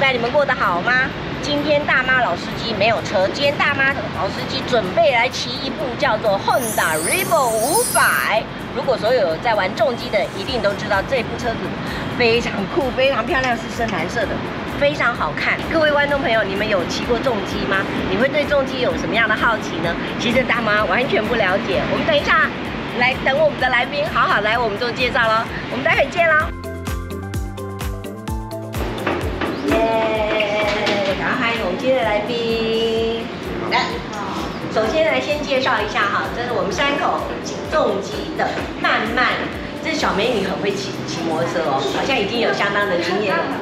来你们过得好吗？今天大妈老司机没有车，今天大妈老司机准备来骑一部叫做 Honda Revo 五百。如果所有在玩重机的，一定都知道这部车子非常酷、非常漂亮，是深蓝色的，非常好看。各位观众朋友，你们有骑过重机吗？你会对重机有什么样的好奇呢？其实大妈完全不了解。我们等一下来等我们的来宾好好来我们做介绍喽。我们待会见喽。耶！然后还有我们今天的来宾，来，首先来先介绍一下哈，这是我们山口重疾的曼曼，这小美女很会骑骑摩托车哦，好像已经有相当的经验了。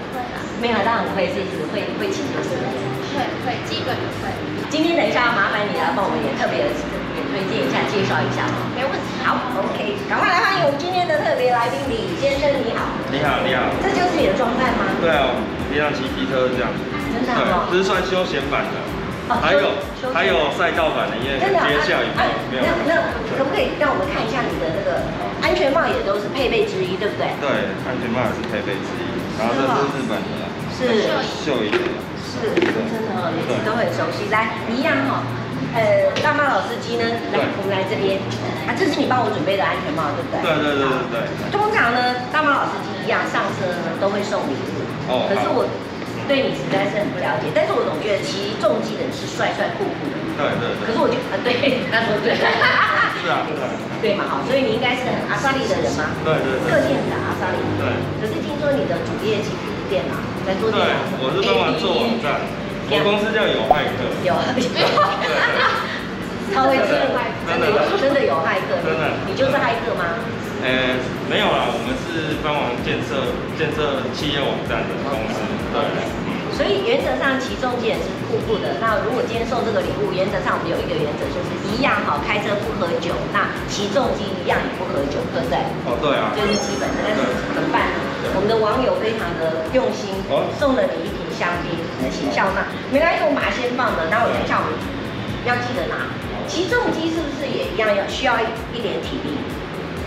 没有，她很会，是不是会会骑摩托车？会会，基本的会，今天等一下要麻烦你来帮我们也特别也推荐一下，介绍一下哦。没问题。好，OK，赶快来欢迎我们今天的特别来宾李先生，你好，你好，你好。这就是你的装扮吗？对哦，平常骑机车是这样子。真的哦对，这是算休闲版的。哦还有休休闲还有赛道版的，因为真的啊，今天下雨啊没有没有那。那可不可以让我们看一下你的那个安全帽也都是配备之一，对不对？对，安全帽也是配备之一，然后这是日本啊的，是秀一点。是，真的哦，你自己都很熟悉。来，一样哈、呃，大妈老司机呢，来对，我们来这边啊，这是你帮我准备的安全帽，对不对？对对对对对。通常呢，大妈老司机一样上车呢都会送礼物，哦可是好我对你实在是很不了解，但是我总觉得骑重机的人是帅帅酷酷的。对对对。可是我就啊，对，他说对，是是啊是啊对嘛哈，所以你应该是很阿萨利的人吗？对对对个性很阿萨利。对可是听说你的主业其实是电脑，在做对电脑。，我是帮 E 忙做哎网站，我公司叫有骇客。 有，他会做真的有，真的有骇客，真的你就是骇客吗？呃，没有啦，我们是帮忙建设建设企业网站的公司。对，嗯所以原则上骑重机也是酷酷的。那如果今天送这个礼物，原则上我们有一个原则就是一样哈，开车不喝酒，那骑重机一样也不喝酒，对不对？哦对啊这。是基本的，但是怎么办呢对？我们的网友非常的用心哦，送了你一瓶香槟，请笑纳。没关系，我马上先放着，那我等一下我们要记得拿。骑重机是不是也一样要需要一点体力？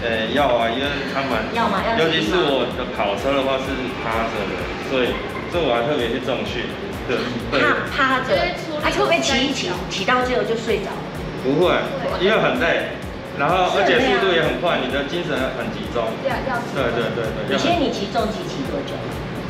呃，要啊，因为他们要吗要尤其是我的跑车的话是趴着的，所以这我还特别去重训。对对，趴趴着就会出，力而且会不会骑一骑，骑到最后就睡着了？不会，因为很累，然后是而且累啊啊速度也很快，你的精神很集中。要要对对对对，以要前很你骑重机骑多久？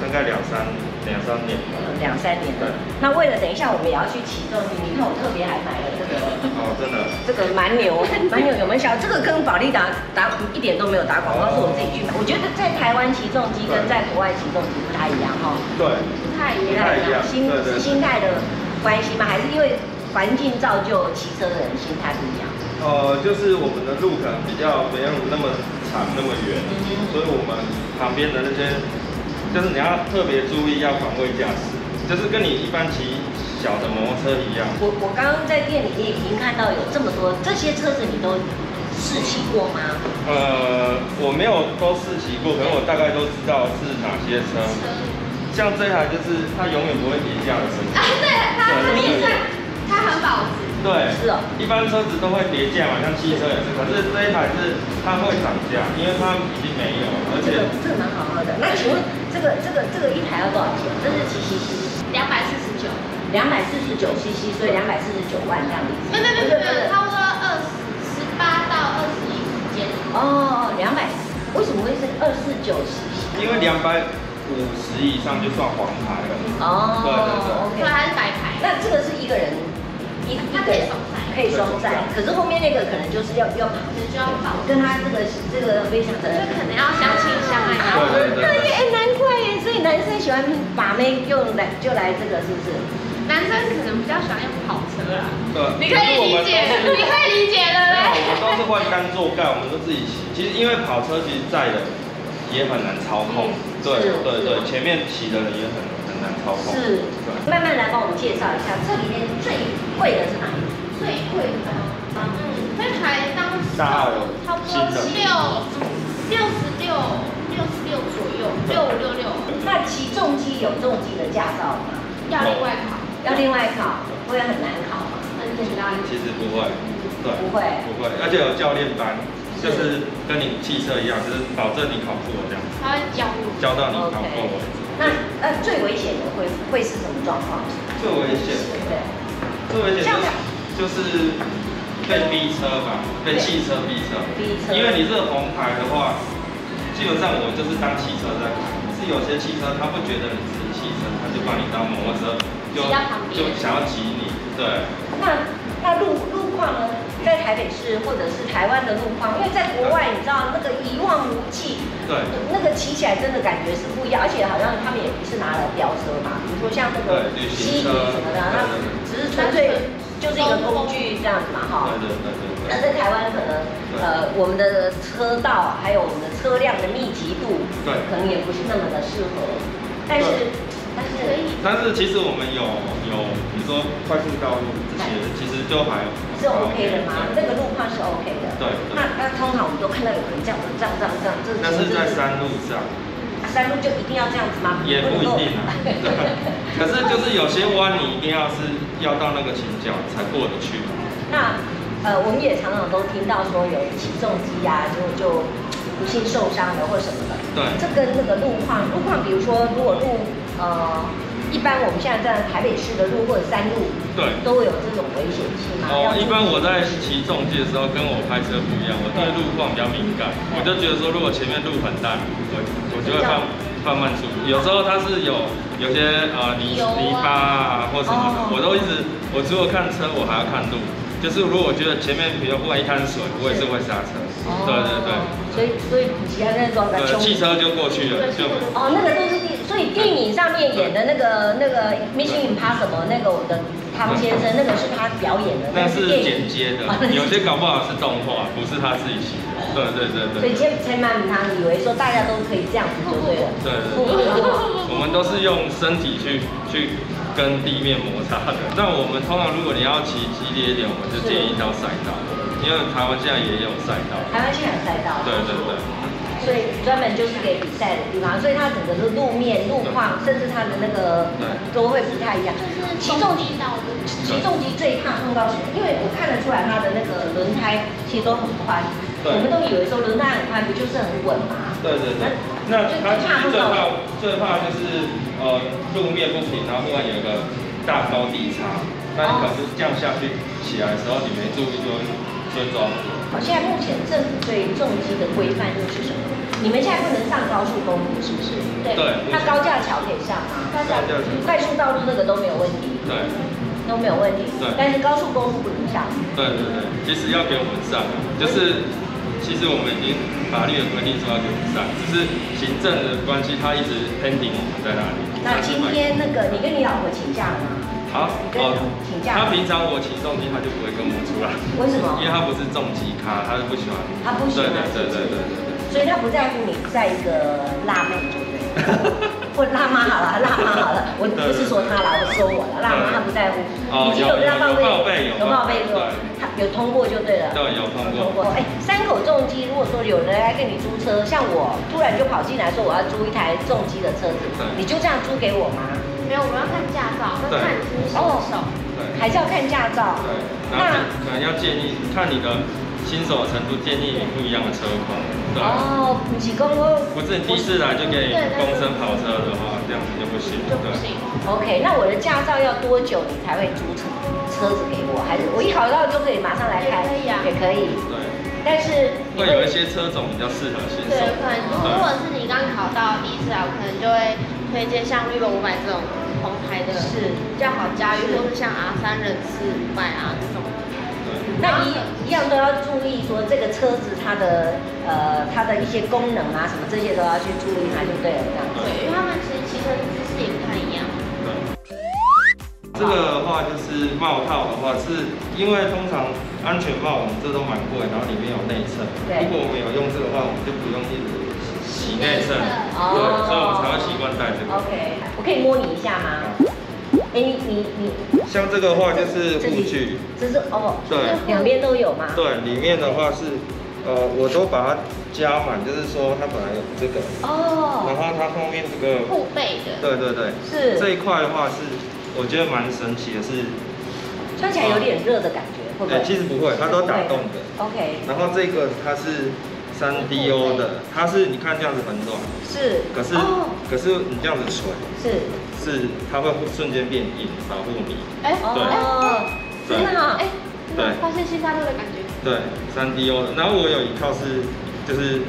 大概两三两三年吧。呃两三年了对。那为了等一下我们也要去骑重机，你看我特别还买了这个。哦，真的，这个蛮 牛，蛮牛有没有效？这个跟保利达打一点都没有打广告，是我自己去买。我觉得在台湾骑重机跟在国外骑重机不太一样哈，对。不太一不样。太一不太一样，样心对对是对心态的关系吗？还是因为环境造就骑车的人心态不一样？呃，就是我们的路可能比较没有那么长那么远，嗯所以我们旁边的那些，就是你要特别注意要防卫驾驶，就是跟你一般骑小的摩托车一样。我我刚刚在店里面已经看到有这么多这些车子，你都试骑过吗？呃，我没有都试骑过，可能我大概都知道是哪些车。像这一台就是它永远不会跌下的车子，啊，对，他他也是，他很保值。对，是哦一般车子都会跌价嘛，像汽车也是，可是这一台是它会涨价，因为它已经没有了，而这且个这个蛮好喝的。那请问这个这个这个一台要多少钱？这是七 cc，两百四十九，两百四十九 cc，所以两百四十九万这样的意思。没没没对不没对对没，差不多二十十八到二十一之间。哦，两百，为什么会是二四九十？因为两百五十以上就算黄牌了。哦，对对所以 OK，还是白牌。那这个是一个人，一一它个可以人双载可以双载，可是后面那个可能就是要要能就要保值跟他这个这个非常的就可能要相亲相爱，然后对对对对耶，哎难怪耶，所以男生喜欢把妹用来就来这个是不是？男生可能比较喜欢用跑车啦。对，你可以理解，你可以理解的没有嘞。我们都是外单座盖，我们都自己骑。其实因为跑车其实载的也很难操控，嗯对是对对，前面骑的人也很很难操控。是对，慢慢来帮我们介绍一下，这里面最贵的是哪一个？最贵的，嗯，这台当时差不多六六十六六十六左右，六六六那骑重机有重机的驾照吗？要另外考，要另外考，会很难考吗？很简单。其实不会，对，不会不会，而且有教练班，是就是跟你汽车一样，就是保证你考过这样，他会教我，教到你考过为止。那呃，最危险的会会是什么状况？最危险，对，最危险像就是就是被逼车吧，被汽车逼车。逼车因为你这个红牌的话，基本上我就是当汽车在开。可是有些汽车他不觉得你是汽车，他就把你当摩托车，就骑到旁边就想要挤你。对，那那路路况呢？在台北市或者是台湾的路况，因为在国外你知道那个一望无际，对，那个骑起来真的感觉是不一样，而且好像他们也不是拿了飙车嘛，比如说像那个对旅西米行车什么的，他们只是纯粹就是一个工具这样子嘛，哈。对对对对那对。在台湾可能，呃，我们的车道还有我们的车辆的密集度，对可能也不是那么的适合。但是对，但是可以但是其实我们有有，比如说快速道路这些，其实就还是 OK 的嘛，那对个路况是 OK 的。对对那那通常我们都看到有人这样子，这样这样这样，这那是在山路上。山路就一定要这样子吗？也不能一够定啊， 对可是就是有些弯你一定要是要到那个倾角才过得去。那呃，我们也常常都听到说有起重机啊，就就不幸受伤的或什么的。对这跟那个路况，路况比如说如果路呃，一般我们现在在台北市的路或者山路，对都会有这种危险性嘛。要哦，注意一般我在骑重机的时候跟我开车不一样，我对路况比较敏感，我就觉得说如果前面路很烂，我我就会放放慢速度。有时候它是有有些呃泥有啊泥巴啊或什么的哦，我都一直我除了看车我还要看路，就是如果我觉得前面比如过一滩水，我也是会刹车。哦对对对，所以所以其他那种的对，汽车就过去了，就哦，那个都是电，所以电影上面演的那个那个《Mission Impossible》那个我的汤先生，那个是他表演的，个那是电剪影。接 的哦那，是有些搞不好是动画，不是他自己写的。对对对所以对，千千万不能以为说大家都可以这样子就对了。对对不不不我们都是用身体去去跟地面摩擦 的。那我们通常如果你要骑激烈一点，我们就建议到赛道，因为台湾现在也有赛道。台湾现在有赛道，对对对，所以专门就是给比赛的地方，所以它整个的路面、路况，甚至它的那个对都会不太一样。就是骑重骑重机机道路，起重机最怕碰到什么？因为我看得出来它的那个轮胎其实都很宽，对我们都以为说轮胎很宽不就是很稳吗？对对对。那他其实最怕最怕就是呃路面不平，然后忽然有一个大高低差，那你可能就是这样下去，起来的时候你没注意就会就撞了。好，现在目前政府对重机的规范又是什么？你们现在不能上高速公路，是不是？对那高架桥可以上吗？大家快速道路那个都没有问题，对都没有问题。对但是高速公路不能上。对对对，其实要给我们上，就是其实我们已经法律的规定说要给我们上，只是行政的关系，他一直 pending 我们在那里。那今天那个你跟你老婆请假了吗？好跟哦请，假他平常我骑重机，他就不会跟我出来，为什么因？为他不是重机咖，他是不喜欢。他不喜欢对对对对对对。所以他不在乎你在一个辣妹就对了， 或辣妈好了，辣妈好了，我不是说他啦，我说我了，辣妈他不在乎，哦已经有有有辣妈有报备有有报报备备过对，他有通过就对了，对有通过哎，三口重机，如果说有人来跟你租车，像我突然就跑进来说我要租一台重机的车子对，你就这样租给我吗？没有，我们要看驾照，跟看你是不是新手。对还是要看驾照？对，然那后可能要建议看你的新手程度，建议你不一样的车款。对，哦，不是公路。不是你第一次来就给你公升跑车的话，这样子就不行。就不行， OK，那我的驾照要多久你才会租车车子给我？还是我一考到就可以马上来开？也可以啊也可以。对。但是你会有一些车种比较适合新手。对，可能如果是你刚考到第一次来，啊我可能就会推荐像 r i v o 五百这种红牌的，是比较好驾驭，或是像 R 三人次五百啊这种。对那一一样都要注意说这个车子它的呃它的一些功能啊什么这些都要去注意它就对了这样子。对，因为他们其实骑车姿势也不太一样。对。这个的话就是帽套的话，是因为通常安全帽我们这都蛮贵，然后里面有内衬。对如果我们有用这个的话，我们就不用一直洗内衬。哦对，所以我们才会习惯戴这个。 OK，我可以摸你一下吗？哎，你你你像这个的话哦就是这护里具，这是哦，对两边都有吗？对，里面的话是，呃，我都把它加满，就是说它本来有这个，然哦，后它后面这个护背的，对对对，是这一块的话是，我觉得蛮神奇的是，穿起来有点热的感觉，会不哎、会？其实不会，它都打洞的。 OK，然后这个它是三 DO 的，它是你看这样子很软，是，可是、哦可是你这样子捶，是，是它会瞬间变硬，保护你。哎哦，对真的啊，哎，哎，发现新大陆的感觉。对，三 DO 的。然后我有一套是就是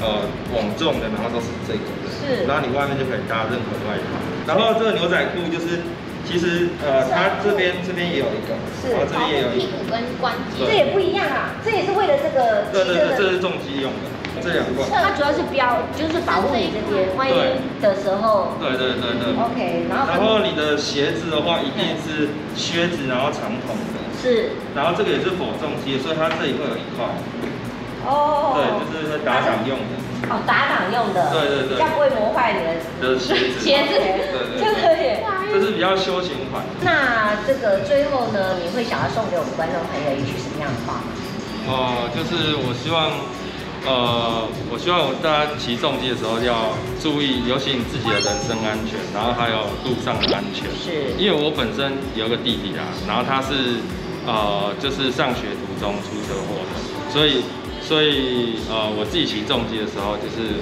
呃网重的，然后都是这个的，是然后你外面就可以搭任何外套。然后这个牛仔裤就是其实呃它这边这边也有一个，是然后这保边也有护一屁股个。跟关这节。也不一样啊，这也是为了这个对这对对，个，这是重击用的，这两罐。它主要是标，就是保护你这边，万一的时候对对对对。 ，OK，然后然后你的鞋子的话，一定是靴子，然后长筒的，是，然后这个也是否重机，所以它这里会有一块，哦，对，就是会打挡用的，哦，打挡用的，对对对这样不会磨坏你的就是鞋子， 鞋子，对对真的耶。哇这是比较休闲款。那这个最后呢，你会想要送给我们观众朋友一句什么样的话吗？哦、就是我希望，呃，我希望我大家骑重机的时候要注意，尤其你自己的人身安全，然后还有路上的安全。是因为我本身有个弟弟啊，然后他是呃，就是上学途中出车祸的，所以所以呃，我自己骑重机的时候，就是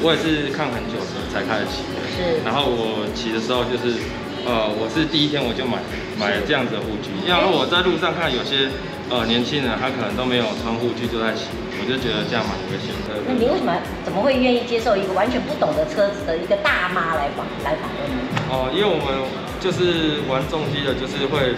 我也是看很久的时候才开始骑的，是然后我骑的时候就是呃，我是第一天我就买买了这样子的护具，要不然我在路上看有些呃年轻人他可能都没有穿护具就在骑，我就觉得这样蛮危险的。那你为什么怎么会愿意接受一个完全不懂的车子的一个大妈来访来访问你？哦，因为我们就是玩重机的，就是会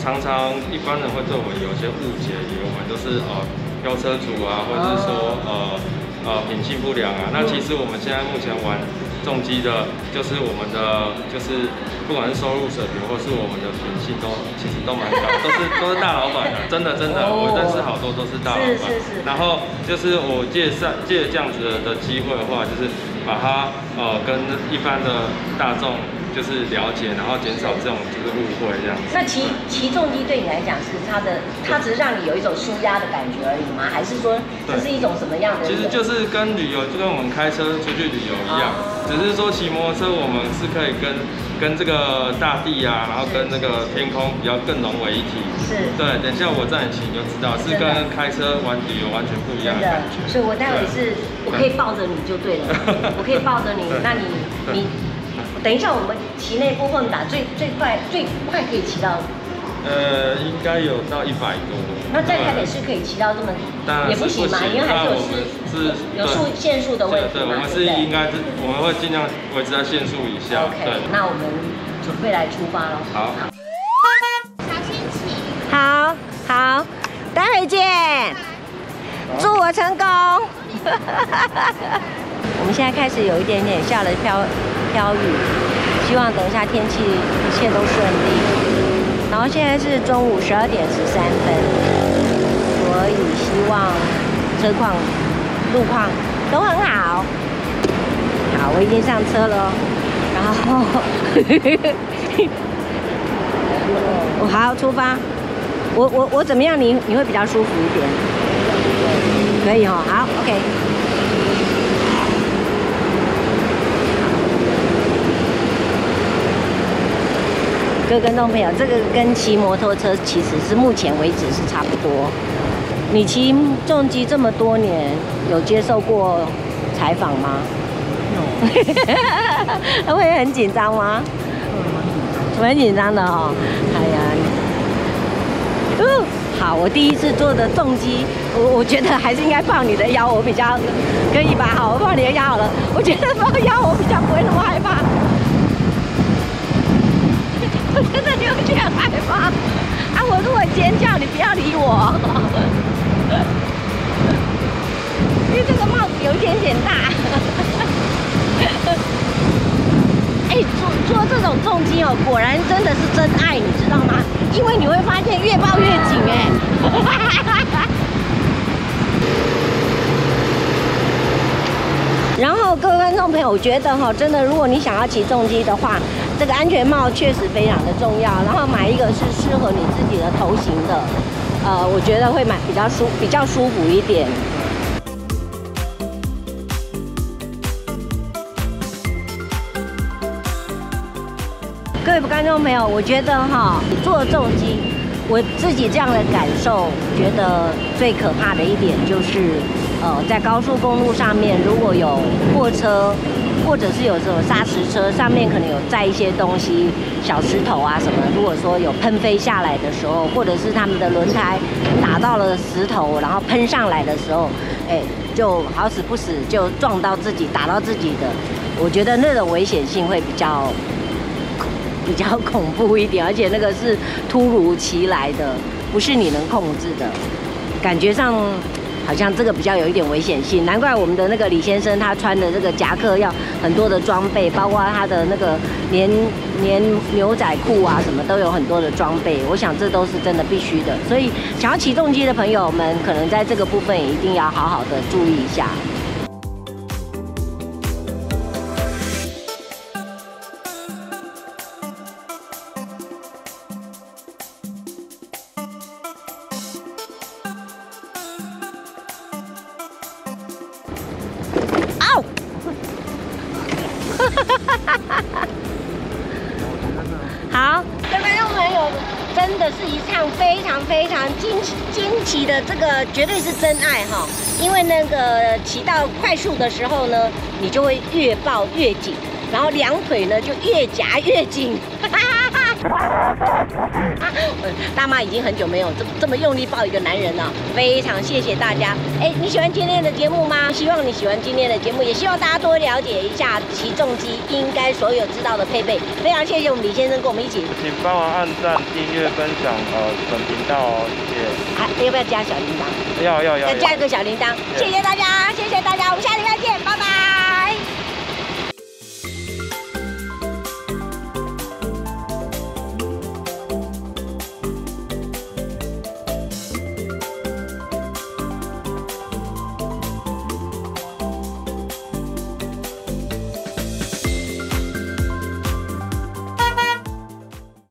常常一般人会对我们有一些误解，以为我们就是呃飙车族啊，或者是说哦呃呃品性不良啊。那其实我们现在目前玩重机的，就是我们的就是不管是收入水平或是我们的品性都其实都蛮高，都是都是大老板的，啊真的真的，哦我认识好多都是大老是板。是是然后就是我借上借这样子的机会的话，就是把它呃跟一般的大众就是了解，然后减少这种就是误会这样子。那骑骑重机对你来讲是它的，它只是让你有一种舒压的感觉而已吗？还是说这是一种什么样的一其个？实就是跟旅游，就跟我们开车出去旅游一样，只是说骑摩托车，我们是可以跟跟这个大地啊，然后跟那个天空比较更融为一体。是对，等一下我载你骑你就知道，是真的啊跟开车玩旅游完全不一样真的的啊感觉，。所以我待会对是，我可以抱着你就对了， 我可以抱着你对，那你对你。等一下，我们骑那部混打最最快最快可以骑到，呃，应该有到一百多。那在台北市可以骑到这么当然也是不行嘛，因为还是有那我们是有有数对限数的问对题对，我嘛，们对是不对应该是我们会尽量维持在限速以下。 OK，对，那我们准备来出发喽。好。小心骑。好好，待会见，祝我成功。 我们现在开始有一点点下了飘飘雨，希望等一下天气一切都顺利。然后现在是中午十二点十三分，所以希望车况、路况都很好。好，我已经上车了哦，然后 我好出发。我我我怎么样你？你会比较舒服一点，可以哦。好，OK。各位观众朋友，这个跟骑摩托车其实是目前为止是差不多。你骑重机这么多年，有接受过采访吗？有。 会很紧张吗？蛮紧张的哦。哎呀，哦，好，我第一次做的重击，我我觉得还是应该放你的腰，我比较可以吧？好，我放你的腰好了。我觉得放腰我比较不会那么害怕。 我真的有点害怕啊！我如果尖叫，你不要理我， 因为这个帽子有一点点大。哎、做做这种重击哦，果然真的是真爱，你知道吗？因为你会发现越抱越紧哎、 然后各位观众朋友，我觉得哈、真的，如果你想要骑重机的话，这个安全帽确实非常的重要。然后买一个是适合你自己的头型的，呃，我觉得会买比较舒比较舒服一点。各位观众朋友，我觉得哈、做重击，我自己这样的感受，觉得最可怕的一点就是呃，在高速公路上面如果有货车，或者是有时候砂石车上面可能有载一些东西，小石头啊什么，如果说有喷飞下来的时候，或者是他们的轮胎打到了石头，然后喷上来的时候，哎，就好死不死就撞到自己，打到自己的，我觉得那种危险性会比较比较恐怖一点，而且那个是突如其来的，不是你能控制的，感觉上好像这个比较有一点危险性，难怪我们的那个李先生他穿的这个夹克要很多的装备，包括他的那个连连牛仔裤啊什么都有很多的装备，我想这都是真的必须的，所以想要起重机的朋友们，可能在这个部分也一定要好好的注意一下。好，各位观众朋友，真的是一趟非常非常惊惊奇的，这个绝对是真爱哈！因为那个骑到快速的时候呢，你就会越抱越紧，然后两腿呢就越夹越紧。 我 大妈已经很久没有这这么用力抱一个男人了，非常谢谢大家。哎，你喜欢今天的节目吗？希望你喜欢今天的节目，也希望大家多了解一下起重机应该所有知道的配备。非常谢谢我们李先生跟我们一起。请帮忙按赞、订阅、分享呃本频道哦，谢还要不要加小铃铛？谢。要要要。要要加一个小铃铛，谢谢大家，